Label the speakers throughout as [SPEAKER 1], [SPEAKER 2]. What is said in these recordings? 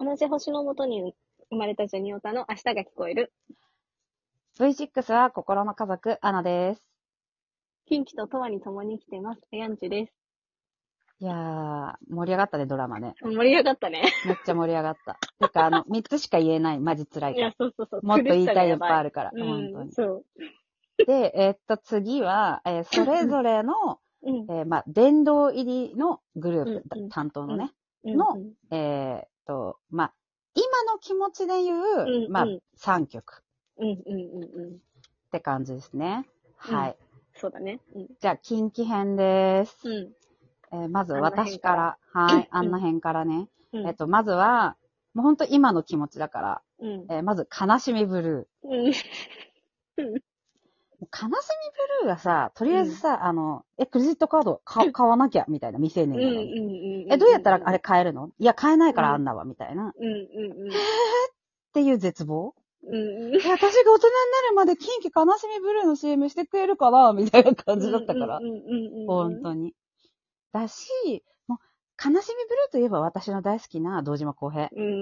[SPEAKER 1] 同じ星のもとに生まれたジョニオタの明日が聞こえる。
[SPEAKER 2] V6 は心の家族、アナです。
[SPEAKER 1] 近畿ととわに共に来てます。ヤンチュです。
[SPEAKER 2] いやー、盛り上がったね、ドラマね。
[SPEAKER 1] 盛り上がった ね。
[SPEAKER 2] めっちゃ盛り上がった。 てか、あの、3つしか言えない、マジ辛い
[SPEAKER 1] い
[SPEAKER 2] か
[SPEAKER 1] や
[SPEAKER 2] ら。、
[SPEAKER 1] そうそうそう。
[SPEAKER 2] もっと言いたいのいっ
[SPEAKER 1] や
[SPEAKER 2] ぱ
[SPEAKER 1] ば
[SPEAKER 2] いあるから、本当
[SPEAKER 1] うん、そう。
[SPEAKER 2] に。で、えーっと、次は、えーそれぞ れの、
[SPEAKER 1] うん
[SPEAKER 2] えーまあ、殿堂入りのグループ、
[SPEAKER 1] うんうん
[SPEAKER 2] 担当のね、
[SPEAKER 1] うん。
[SPEAKER 2] のえーっと、まあ、今の気持ちで言う、
[SPEAKER 1] うん
[SPEAKER 2] まあ
[SPEAKER 1] うん、
[SPEAKER 2] 3曲
[SPEAKER 1] うん、うん、うん、うん。
[SPEAKER 2] って感じですね。はい。
[SPEAKER 1] そうだね。うん。
[SPEAKER 2] じゃあ、近畿編です。
[SPEAKER 1] うん
[SPEAKER 2] えーまず
[SPEAKER 1] あんな辺
[SPEAKER 2] 私から、はい、あんな辺からね。
[SPEAKER 1] うん。
[SPEAKER 2] えっと、まずは、もうほんと今の気持ちだから、
[SPEAKER 1] うん。
[SPEAKER 2] えーまず、悲しみブル
[SPEAKER 1] うん。
[SPEAKER 2] ー。もう悲しみブルーがさ、とりあえずさ、あの、え、クレジットカード買買わなきゃ、みたいな、未成
[SPEAKER 1] うん、
[SPEAKER 2] 年
[SPEAKER 1] う
[SPEAKER 2] なの
[SPEAKER 1] ん
[SPEAKER 2] に。
[SPEAKER 1] うん。ん
[SPEAKER 2] え、どうやったらあれ
[SPEAKER 1] う
[SPEAKER 2] 買えるのいや、買えないから
[SPEAKER 1] うん
[SPEAKER 2] あんなわ、みたいな。っ
[SPEAKER 1] ん、うん、うん。
[SPEAKER 2] ていう絶望
[SPEAKER 1] うん、うん
[SPEAKER 2] え、私が大人になるまで、近畿悲しみブルーの CM してくれるかな、みたいな感じだったから
[SPEAKER 1] うん、。うん、うん。
[SPEAKER 2] 本当に。だし、もう、悲しみブルーといえば私の大好きな堂島康平。
[SPEAKER 1] うん、うん、う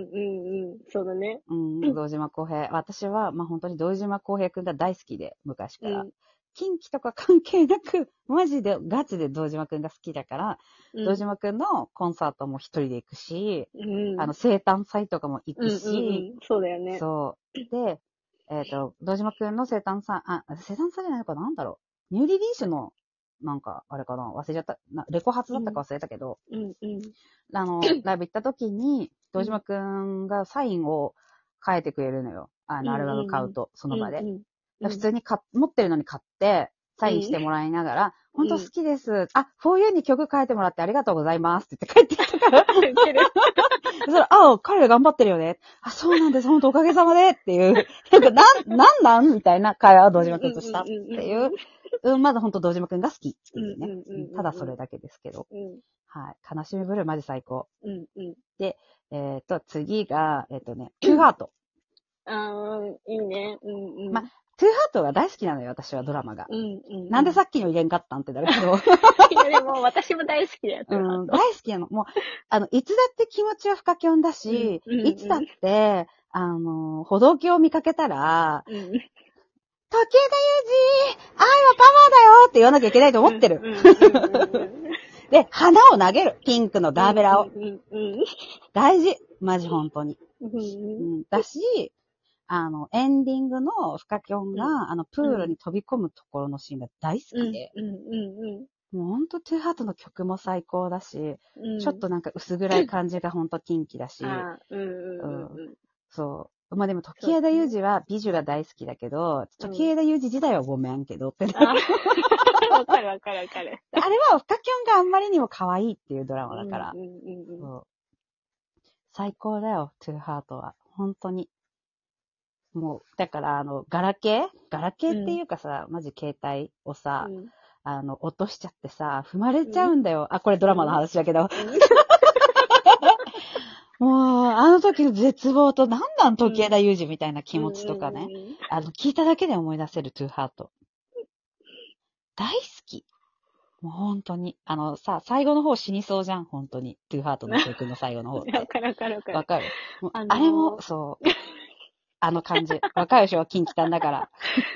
[SPEAKER 1] ん。そうだね。
[SPEAKER 2] うん、堂島康平。私は、まあ本当に堂島康平くんが大好きで、昔か
[SPEAKER 1] う
[SPEAKER 2] ら。
[SPEAKER 1] ん。
[SPEAKER 2] 近畿とか関係なく、マジでガチで堂島くんが好きだから、
[SPEAKER 1] うん
[SPEAKER 2] 堂島くんのコンサートも一人で行くし、
[SPEAKER 1] うん。
[SPEAKER 2] あの、生誕祭とかも行
[SPEAKER 1] うん、
[SPEAKER 2] く
[SPEAKER 1] うん、
[SPEAKER 2] し、
[SPEAKER 1] うん。そうだよね。
[SPEAKER 2] そう。で、えっ、と、堂島くんの生誕祭、あ、生誕祭じゃないのかななんだろう。ニューリリースの、なんか、あれかな忘れちゃった。なレコ発だったか忘れたけど、
[SPEAKER 1] うん、うん。
[SPEAKER 2] あの、ライブ行った時に、堂島くんがサインを書いてくれるのよ。あの、アルバム買うと、その場で
[SPEAKER 1] うん。うん
[SPEAKER 2] だから 普通に買っ持ってるのに買って、サインしてもらいながら、
[SPEAKER 1] うん
[SPEAKER 2] 本当好きです。あ、for you に曲書いてもらってありがとうございますって言って帰ってきたから、
[SPEAKER 1] いける
[SPEAKER 2] それ、あ、彼ら頑張ってるよね。あ、そうなんです。本当おかげさまでっていう、なんか、なん、なんなんみたいな会話を堂島くんとしたっていう。うん、まだ本当堂島くんが好きっていうね
[SPEAKER 1] うんうんうんうんうん。
[SPEAKER 2] ただそれだけですけど。
[SPEAKER 1] うん、
[SPEAKER 2] はい。悲しみブルーマジ最高。
[SPEAKER 1] うん、うん。
[SPEAKER 2] えっ、と、次が、えっ、とね、トゥーハート。
[SPEAKER 1] ああ、いいね。うん、うん。
[SPEAKER 2] まトゥーハートが大好きなのよ、私はドラマが。
[SPEAKER 1] うん、うん。
[SPEAKER 2] なんでさっきの入れんかったんってなるけど。
[SPEAKER 1] いやでも私も大好きだよ。
[SPEAKER 2] うん、大好きなの。もう、あの、いつだって気持ちは深きょんだし、
[SPEAKER 1] うんうんうん
[SPEAKER 2] いつだって、あの、歩道橋を見かけたら、
[SPEAKER 1] うん。
[SPEAKER 2] 時計裕二愛はパワーだよって言わなきゃいけないと思ってる。
[SPEAKER 1] うんうんうん
[SPEAKER 2] で、花を投げる。ピンクの ダーベラを。
[SPEAKER 1] うんうん
[SPEAKER 2] 大事。マジ本当に。
[SPEAKER 1] うん
[SPEAKER 2] う
[SPEAKER 1] うん
[SPEAKER 2] ん、だし、あの、エンディングの深きょんが、
[SPEAKER 1] うん
[SPEAKER 2] あの、プールに飛び込むところのシーンが大好きで、
[SPEAKER 1] うん
[SPEAKER 2] もうほんとトゥーハートの曲も最高だし、
[SPEAKER 1] うん
[SPEAKER 2] ちょっとなんか薄暗い感じがほんと近畿だし、
[SPEAKER 1] あーうんうんうん
[SPEAKER 2] そう。まあでも、時枝裕二は美女が大好きだけど、
[SPEAKER 1] うん
[SPEAKER 2] 時枝裕二自体はごめんけどって、あ
[SPEAKER 1] あーわかるわかるわかる。
[SPEAKER 2] れは深きょんがあんまりにも可愛いっていうドラマだから
[SPEAKER 1] う、んうんうんうん
[SPEAKER 2] そう最高だよ、トゥーハートは。本当に。もう、だから、あの、ガラケーガラケーっていうかさ、マジ携帯をさ、
[SPEAKER 1] うん
[SPEAKER 2] あの、落としちゃってさ、踏まれちゃうんだよ。あ、これドラマの話だけど。もう、あの時の絶望と、なんなん時枝裕二みたいな気持ちとかね。。あの、聞いただけで思い出せる、トゥーハート。大好き。もう本当に。あのさ、最後の方死にそうじゃん、本当に。トゥーハートの曲の最後 の方っ
[SPEAKER 1] わ
[SPEAKER 2] て。
[SPEAKER 1] かるわかるわか
[SPEAKER 2] わ
[SPEAKER 1] る。
[SPEAKER 2] かるもう
[SPEAKER 1] あのー
[SPEAKER 2] あれも、そう。あの感じ。わかるでしょ金汚だから。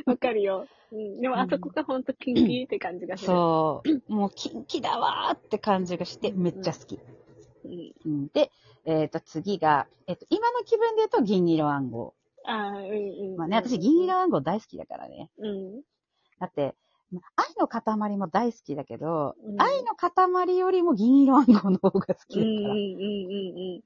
[SPEAKER 1] わかるよ。うんでもあそこがほんとキンキって感じがする。
[SPEAKER 2] そう。もう金気だわーって感じがして、
[SPEAKER 1] うん
[SPEAKER 2] めっちゃ好き。
[SPEAKER 1] うん。
[SPEAKER 2] うん、で、えっ、と、次が、えっ、と、今の気分で言うと銀色暗号。
[SPEAKER 1] ああ、うんうん。
[SPEAKER 2] まあね、私銀色暗号大好きだからね。
[SPEAKER 1] うん。
[SPEAKER 2] だって、ま愛の塊も大好きだけど、
[SPEAKER 1] うん
[SPEAKER 2] 愛の塊よりも銀色暗号の方が好
[SPEAKER 1] う
[SPEAKER 2] き
[SPEAKER 1] んうん
[SPEAKER 2] だから。
[SPEAKER 1] うん
[SPEAKER 2] うん
[SPEAKER 1] うん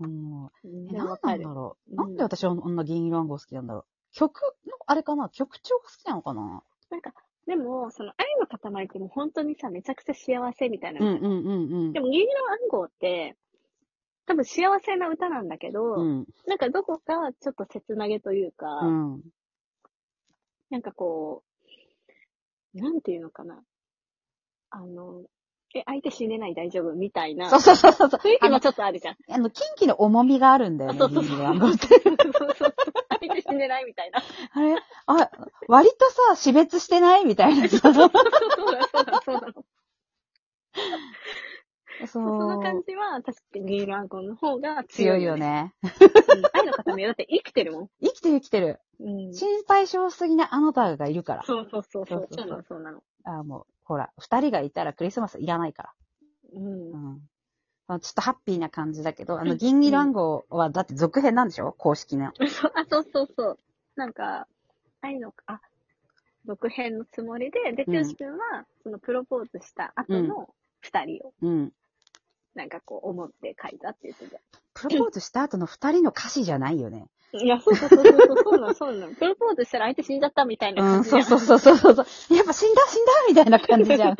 [SPEAKER 1] うん。
[SPEAKER 2] え、
[SPEAKER 1] で
[SPEAKER 2] な
[SPEAKER 1] も
[SPEAKER 2] ん
[SPEAKER 1] わ
[SPEAKER 2] な
[SPEAKER 1] か
[SPEAKER 2] ん
[SPEAKER 1] る
[SPEAKER 2] だ。ろう。
[SPEAKER 1] うん
[SPEAKER 2] なんで私はあんな銀色暗号好きなんだろう。曲の、あれかな曲調が好きなのかな
[SPEAKER 1] なんか、でも、その愛の塊ってもう本当にさ、めちゃくちゃ幸せみたいな。
[SPEAKER 2] うんうんうんうん
[SPEAKER 1] で。も、銀色暗号って、多分幸せな歌なんだけど、
[SPEAKER 2] うん。
[SPEAKER 1] なんかどこかちょっと切なげというか、
[SPEAKER 2] うん。
[SPEAKER 1] なんかこう、なんていうのかな。あの、え、相手死ねない大丈夫みたいな。
[SPEAKER 2] そうそうそうそう。
[SPEAKER 1] 雰囲気
[SPEAKER 2] あ
[SPEAKER 1] も
[SPEAKER 2] の、
[SPEAKER 1] ちょっとあるじゃん。
[SPEAKER 2] あの近畿の重みがあるんだよね、
[SPEAKER 1] そうそう
[SPEAKER 2] 銀
[SPEAKER 1] そう
[SPEAKER 2] 色 暗号って。
[SPEAKER 1] そうそうそう。相手死ねないみたい な。
[SPEAKER 2] あれあ、割とさ、死別してないみたいな。そう
[SPEAKER 1] そうそうそうだそうだそうなの。
[SPEAKER 2] そう。
[SPEAKER 1] その感じは、確かにゲイラーゴンの方が
[SPEAKER 2] 強
[SPEAKER 1] 強
[SPEAKER 2] い
[SPEAKER 1] い
[SPEAKER 2] よ
[SPEAKER 1] よね。
[SPEAKER 2] ね。
[SPEAKER 1] うん愛の片目だって生きてるもん。
[SPEAKER 2] 生きてる生きてる。
[SPEAKER 1] うん。そう
[SPEAKER 2] 心配性すぎなあなたがいるから。
[SPEAKER 1] そうそうそう。
[SPEAKER 2] そ
[SPEAKER 1] そうう
[SPEAKER 2] そうそう
[SPEAKER 1] なの、そうなの。
[SPEAKER 2] あーもう、ほら、二人がいたらクリスマスいらないから。
[SPEAKER 1] うん
[SPEAKER 2] う。ん。あのちょっとハッピーな感じだけど、あの、
[SPEAKER 1] うん
[SPEAKER 2] 銀に団子はだって続編なんでしょ公式の。
[SPEAKER 1] そう、あ、そうそうそう。なんか、愛の、あ、続編のつもりで、で、
[SPEAKER 2] う
[SPEAKER 1] つ
[SPEAKER 2] ん
[SPEAKER 1] よしくんは、そのプロポーズした後の二人を、
[SPEAKER 2] うん。
[SPEAKER 1] なんかこう、思って書いたって言ってた。
[SPEAKER 2] プロポーズした後の二人の歌詞じゃないよね。
[SPEAKER 1] いや、そうそうそうそう、そうなの、そう なの。プロポーズしたら相手死んじゃったみたいな感
[SPEAKER 2] うん、
[SPEAKER 1] じじゃ
[SPEAKER 2] そ
[SPEAKER 1] ん
[SPEAKER 2] うそうそうそうそう。やっぱ死んだ死んだみたいな感じ じ ゃん。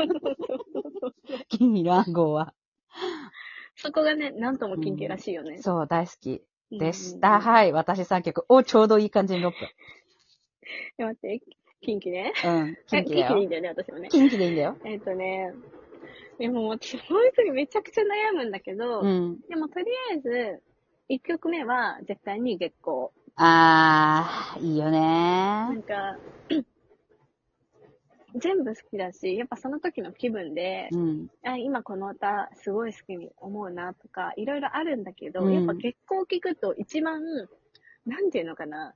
[SPEAKER 2] 銀に団子は。
[SPEAKER 1] そこがね、なんとも近畿らしいよね。
[SPEAKER 2] そう、大好きでし
[SPEAKER 1] うん
[SPEAKER 2] た。
[SPEAKER 1] うんうん
[SPEAKER 2] はい。私3曲。お、ちょうどいい感じに6分。
[SPEAKER 1] え待って、近畿ね。
[SPEAKER 2] うん。
[SPEAKER 1] え
[SPEAKER 2] 近畿
[SPEAKER 1] 近
[SPEAKER 2] だ
[SPEAKER 1] 畿でいい
[SPEAKER 2] よ
[SPEAKER 1] ん。だよね、私もね。
[SPEAKER 2] 近畿でいいんだよ。
[SPEAKER 1] えっ、とね、でも私、本当にめちゃくちゃ悩むんだけど、
[SPEAKER 2] うん。
[SPEAKER 1] でもとりあえず、一曲目は絶対に月光。
[SPEAKER 2] あー、いいよ
[SPEAKER 1] な
[SPEAKER 2] ね
[SPEAKER 1] んか、全部好きだし、やっぱその時の気分で、
[SPEAKER 2] うん。
[SPEAKER 1] あ今この歌すごい好きに思うなとか、いろいろあるんだけど、
[SPEAKER 2] うん
[SPEAKER 1] やっぱ月光聞くと一番、なんていうのかな、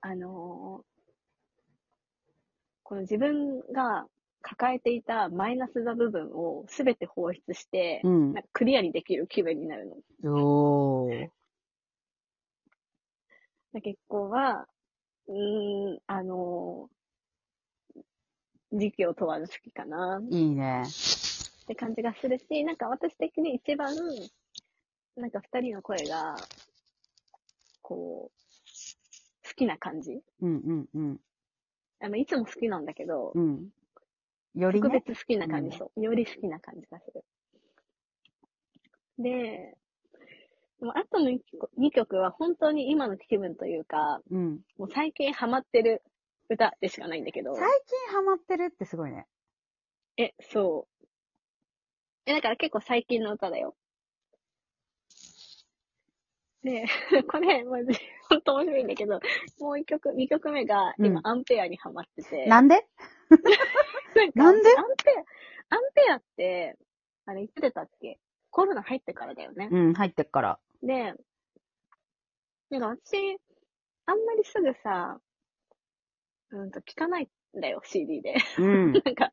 [SPEAKER 1] あのーこの自分が抱えていたマイナスな部分をすべて放出して、
[SPEAKER 2] うん
[SPEAKER 1] なんかクリアにできる気分になるの。
[SPEAKER 2] おー。
[SPEAKER 1] で結婚は、うーん、あのー時期を問わず好きかなっ
[SPEAKER 2] いいね。
[SPEAKER 1] て感じがするし、なんか私的に一番、なんか二人の声が、こう、好きな感じ
[SPEAKER 2] うんうんうん。
[SPEAKER 1] あのいつも好きなんだけど、
[SPEAKER 2] うん。より
[SPEAKER 1] 特
[SPEAKER 2] ね。
[SPEAKER 1] 別好きな感じ、
[SPEAKER 2] うん
[SPEAKER 1] そう。より好きな感じがする。で、もうあとの2曲は本当に今の気分というか、
[SPEAKER 2] うん。
[SPEAKER 1] もう最近ハマってる歌でしかないんだけど。
[SPEAKER 2] 最近ハマってるってすごいね。
[SPEAKER 1] え、そう。え、だから結構最近の歌だよ。で、 これ、マジ、ほんと面白いんだけど、もう一曲、二曲目が今、
[SPEAKER 2] う
[SPEAKER 1] アンペアにハマってて。
[SPEAKER 2] なんで
[SPEAKER 1] なんか
[SPEAKER 2] なんで
[SPEAKER 1] アンペア、アンペアって、あれ、いつ出たっけコロナ入ってからだよね。
[SPEAKER 2] うん、入ってっから。
[SPEAKER 1] で、なんか私、あんまりすぐさ、うんと、聞かないんだよ、CD で。
[SPEAKER 2] うん。
[SPEAKER 1] なんか、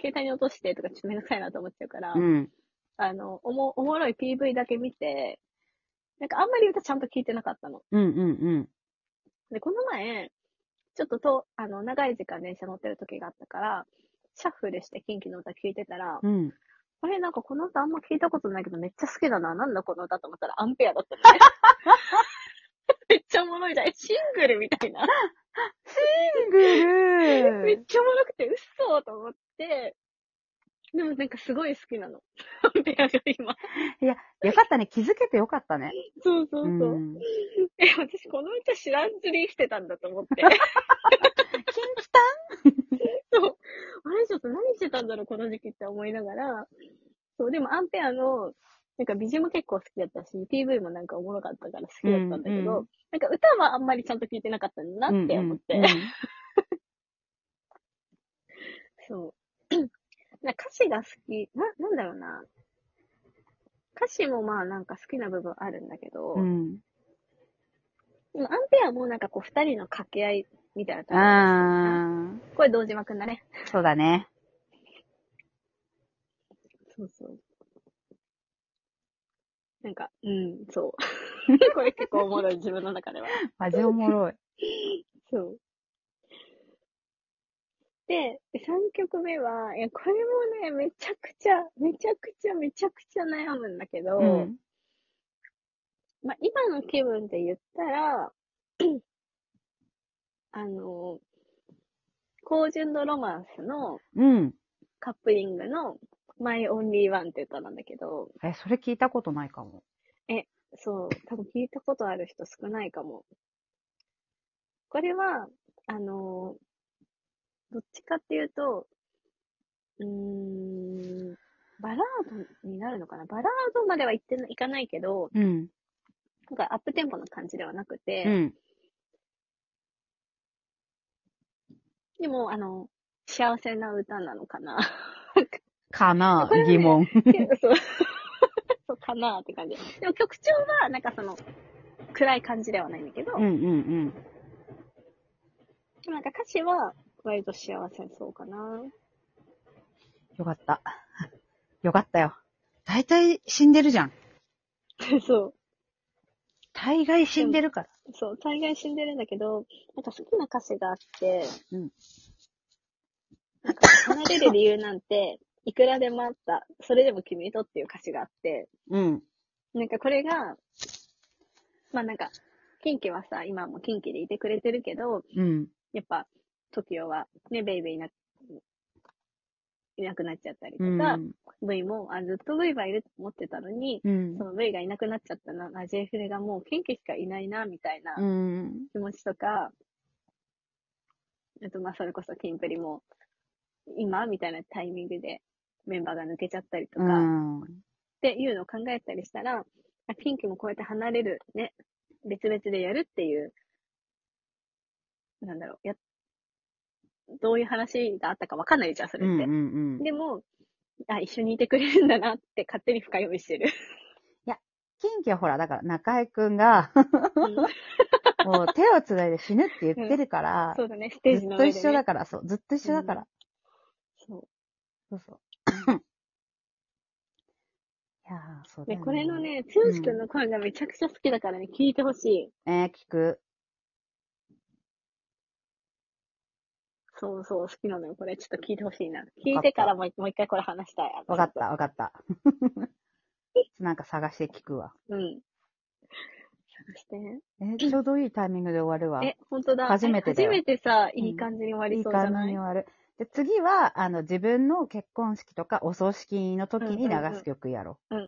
[SPEAKER 1] 携帯に落としてとかちょっとめんどくさいなと思っちゃうから、
[SPEAKER 2] うん。
[SPEAKER 1] あの、おも、おもろい PV だけ見て、なんかあんまり歌ちゃんと聞いてなかったの。
[SPEAKER 2] うんうん
[SPEAKER 1] で、この前、ちょっとと、あの、長い時間電車乗ってる時があったから、シャッフルしてキンキの歌聞いてたら、
[SPEAKER 2] うん。うん。
[SPEAKER 1] あれなんかこの歌あんま聞いたことないけどめっちゃ好きだな。なんだこの歌と思ったらアンペアだった のね。めっちゃおもろいじゃん。えシングルみたいな。めっちゃおもろくて、嘘と思って、でもなんかすごい好きなの。アンペアが今。
[SPEAKER 2] よかったね。気づけてよかったね。
[SPEAKER 1] そうそううそう。
[SPEAKER 2] ん。
[SPEAKER 1] え、私この歌知らんずりしてたんだと 思って。
[SPEAKER 2] キンキ
[SPEAKER 1] そう。あれちょっと何してたんだろう、この時期って思いながら。そう、でもアンペアの、なんか美人も結構好きだったし、PV もなんかおもろかったから好きだったんだけど、
[SPEAKER 2] うんうん
[SPEAKER 1] なんか歌はあんまりちゃんと聞いてなかったんだ
[SPEAKER 2] タ
[SPEAKER 1] な
[SPEAKER 2] ン
[SPEAKER 1] って思って。
[SPEAKER 2] うん うんうん
[SPEAKER 1] そう。 なんか歌詞が好き、な、なんだろうな。歌詞もまあなんか好きな部分あるんだけど、
[SPEAKER 2] うん。
[SPEAKER 1] でもアンペアもなんかこう二人の掛け合いみたいな感じ
[SPEAKER 2] あ
[SPEAKER 1] これ同時幕だね。
[SPEAKER 2] ー。そうだね。
[SPEAKER 1] そうそう。なんか、うん、 そう。これ結構おもろい、自分の中では。
[SPEAKER 2] マジおもろい。
[SPEAKER 1] そう。で、3曲目は、いや、これもね、めちゃくちゃ、めちゃくちゃ、めちゃくちゃ悩むんだけど、
[SPEAKER 2] うん。
[SPEAKER 1] まあ、今の気分で言ったら、 あの、高純度ロマンスの
[SPEAKER 2] うん。
[SPEAKER 1] カップリングの My Only One って歌なんだけど、
[SPEAKER 2] え、それ聞いたことないかも。
[SPEAKER 1] そう、多分聞いたことある人少ないかも。これは、あのーどっちかっていうと、うーん、バラードになるのかなバラードまではいってないいかないけど、
[SPEAKER 2] うん。
[SPEAKER 1] なんかアップテンポな感じではなく
[SPEAKER 2] う
[SPEAKER 1] て、
[SPEAKER 2] ん。
[SPEAKER 1] でも、あの、幸せな歌なのかな
[SPEAKER 2] かな
[SPEAKER 1] これはね
[SPEAKER 2] 疑問。
[SPEAKER 1] そう。そうかなーって感じ。でも曲調は、なんかその、暗い感じではないんだけど、
[SPEAKER 2] うんうんうん。
[SPEAKER 1] でもなんか歌詞は、割と幸せそうかな。
[SPEAKER 2] よかった。 よかったよ。大体死んでるじゃん。
[SPEAKER 1] そう。
[SPEAKER 2] 大概死んでるから。
[SPEAKER 1] そう、大概死んでるんだけど、なんか好きな歌詞があって、
[SPEAKER 2] うん
[SPEAKER 1] なんか離れる理由なんて、いくらでもあった、それでも君とっていう歌詞があって、
[SPEAKER 2] うん。
[SPEAKER 1] なんかこれが、まあなんか、キンキはさ、今もキンキでいてくれてるけど、
[SPEAKER 2] うん。
[SPEAKER 1] やっぱ、トキオは、ね、ベイベイいな、いなくなっちゃったりと
[SPEAKER 2] う
[SPEAKER 1] か、
[SPEAKER 2] ん。
[SPEAKER 1] ブイも、あ、ずっとブイはいると思ってたのに、
[SPEAKER 2] うん
[SPEAKER 1] そ。のブイがいなくなっちゃったな、あジェイフレがもうケンケしかいないな、みたいな
[SPEAKER 2] うん。
[SPEAKER 1] 気持ちとか、あと、まあ、それこそキンプリも、今みたいなタイミングでメンバーが抜けちゃったりと
[SPEAKER 2] う
[SPEAKER 1] か、っ
[SPEAKER 2] ん。
[SPEAKER 1] ていうのを考えたりしたら、あキンキもこうやって離れる、ね、別々でやるっていう、なんだろう、や、どういう話があったかわかんないじゃん、それ
[SPEAKER 2] う
[SPEAKER 1] っ
[SPEAKER 2] ん
[SPEAKER 1] て。
[SPEAKER 2] うん。
[SPEAKER 1] でも、あ、一緒にいてくれるんだなって勝手に深読みして る。
[SPEAKER 2] 近畿はほら、だから中井くん が、
[SPEAKER 1] うん
[SPEAKER 2] もう手を繋いで死ぬって言ってるから、
[SPEAKER 1] そうだね、ステー
[SPEAKER 2] ず
[SPEAKER 1] ジ
[SPEAKER 2] っ
[SPEAKER 1] の
[SPEAKER 2] と
[SPEAKER 1] 上で、ね。
[SPEAKER 2] 一緒だから、そう、ずっと一緒だから。
[SPEAKER 1] そう。
[SPEAKER 2] そうそう。いやー、そうだ
[SPEAKER 1] ね、
[SPEAKER 2] よ
[SPEAKER 1] これの。ね、つよしくんの声がめちゃくちゃ好きだからね、聞いてほしい。
[SPEAKER 2] えー、聞く。
[SPEAKER 1] そうそう、好きなのよ。これちょっと聞いてほしいな。聞いてからもうもう一回これ話したい。
[SPEAKER 2] わかった、わかった。 なんか探して聞くわ。
[SPEAKER 1] うん。探して。
[SPEAKER 2] えーちょうどいいタイミングで終わるわ。
[SPEAKER 1] え、本当だ。
[SPEAKER 2] 初めてだ
[SPEAKER 1] え
[SPEAKER 2] よ
[SPEAKER 1] 初めてさ、
[SPEAKER 2] うん
[SPEAKER 1] いい感じに終わ
[SPEAKER 2] い
[SPEAKER 1] り
[SPEAKER 2] い
[SPEAKER 1] そうじゃ
[SPEAKER 2] 感じ
[SPEAKER 1] な
[SPEAKER 2] に終
[SPEAKER 1] い
[SPEAKER 2] わる。で、次は、あの、自分の結婚式とかお葬式の時に
[SPEAKER 1] うん
[SPEAKER 2] 流
[SPEAKER 1] うんうん
[SPEAKER 2] す曲やろう。